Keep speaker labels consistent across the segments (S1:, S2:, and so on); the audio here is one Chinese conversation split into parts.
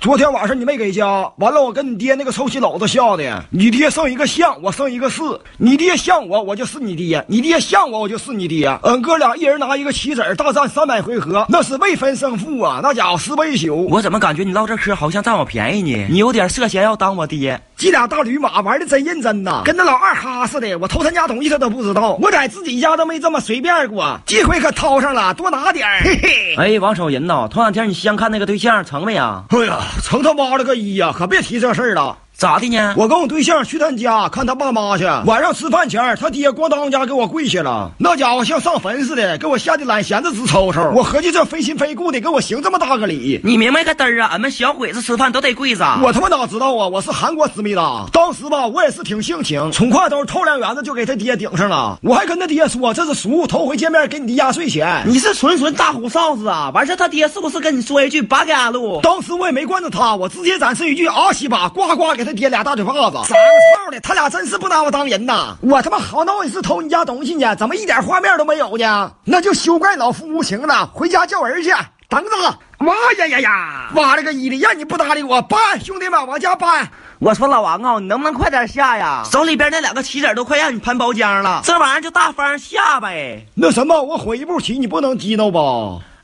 S1: 昨天晚上你没给家，完了我跟你爹那个臭棋篓子下的，你爹剩一个象，我剩一个士，你爹像我，我就是你爹；你爹像我，我就是你爹。俺哥俩一人拿一个棋子儿，大战三百回合，那是未分胜负啊，那家伙撕不一宿。
S2: 我怎么感觉你唠这嗑好像占我便宜呢？你有点涉嫌要当我爹。
S1: 这俩大驴马玩的真认真呐，跟那老二哈似的。我偷他家东西他都不知道，我在自己家都没这么随便过，这回可掏上了，多拿点儿。嘿嘿，
S2: 哎，王守仁呐，头两天你相看那个对象成没啊？
S1: 哎呀，成他妈了个一呀、可别提这事儿了。
S2: 咋的呢？
S1: 我跟我对象去他家看他爸妈去，晚上吃饭前，他爹咣当家给我跪下了，那家伙像上坟似的，给我吓得懒闲子直抽抽。我合计这非亲非故的给我行这么大个礼，
S2: 你明白个嘚儿啊？俺们小鬼子吃饭都得跪着。
S1: 我他妈哪知道啊！我是韩国思密达，当时吧，我也是挺性情，从挎兜偷两元子就给他爹顶上了。我还跟他爹说，这是叔头回见面给你的压岁钱。
S2: 你是纯纯大虎哨子啊！完事儿他爹是不是跟你说一句“八嘎呀路
S1: 当时我也没惯着他，我直接展示一句阿西吧，呱呱给他爹俩大嘴巴子。啥个操的，他俩真是不拿我当人呐！我他妈好闹也是偷你家东西呢，怎么一点画面都没有呢？那就休怪老夫无情了，回家叫人去，等着。
S2: 妈呀呀呀！
S1: 妈了个一的，让你不搭理我，搬兄弟们往家搬。
S3: 我说老王啊，你能不能快点下呀？
S2: 手里边那两个棋子儿都快让你盘包浆了，这玩意儿就大方下呗。
S1: 那什么，我悔一步棋，你不能激怒吧？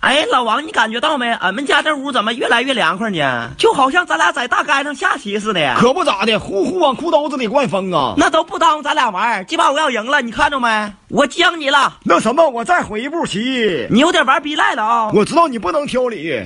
S2: 哎，老王，你感觉到没？俺们家这屋怎么越来越凉快呢？就好像咱俩在大街上下棋似的。
S1: 可不咋的，呼呼往裤兜子里灌风啊！
S2: 那都不耽误咱俩玩儿。这把我要赢了，你看着没？我将你了，
S1: 那什么，我再悔一步棋。
S2: 你有点玩逼赖了啊、
S1: 我知道你不能挑理。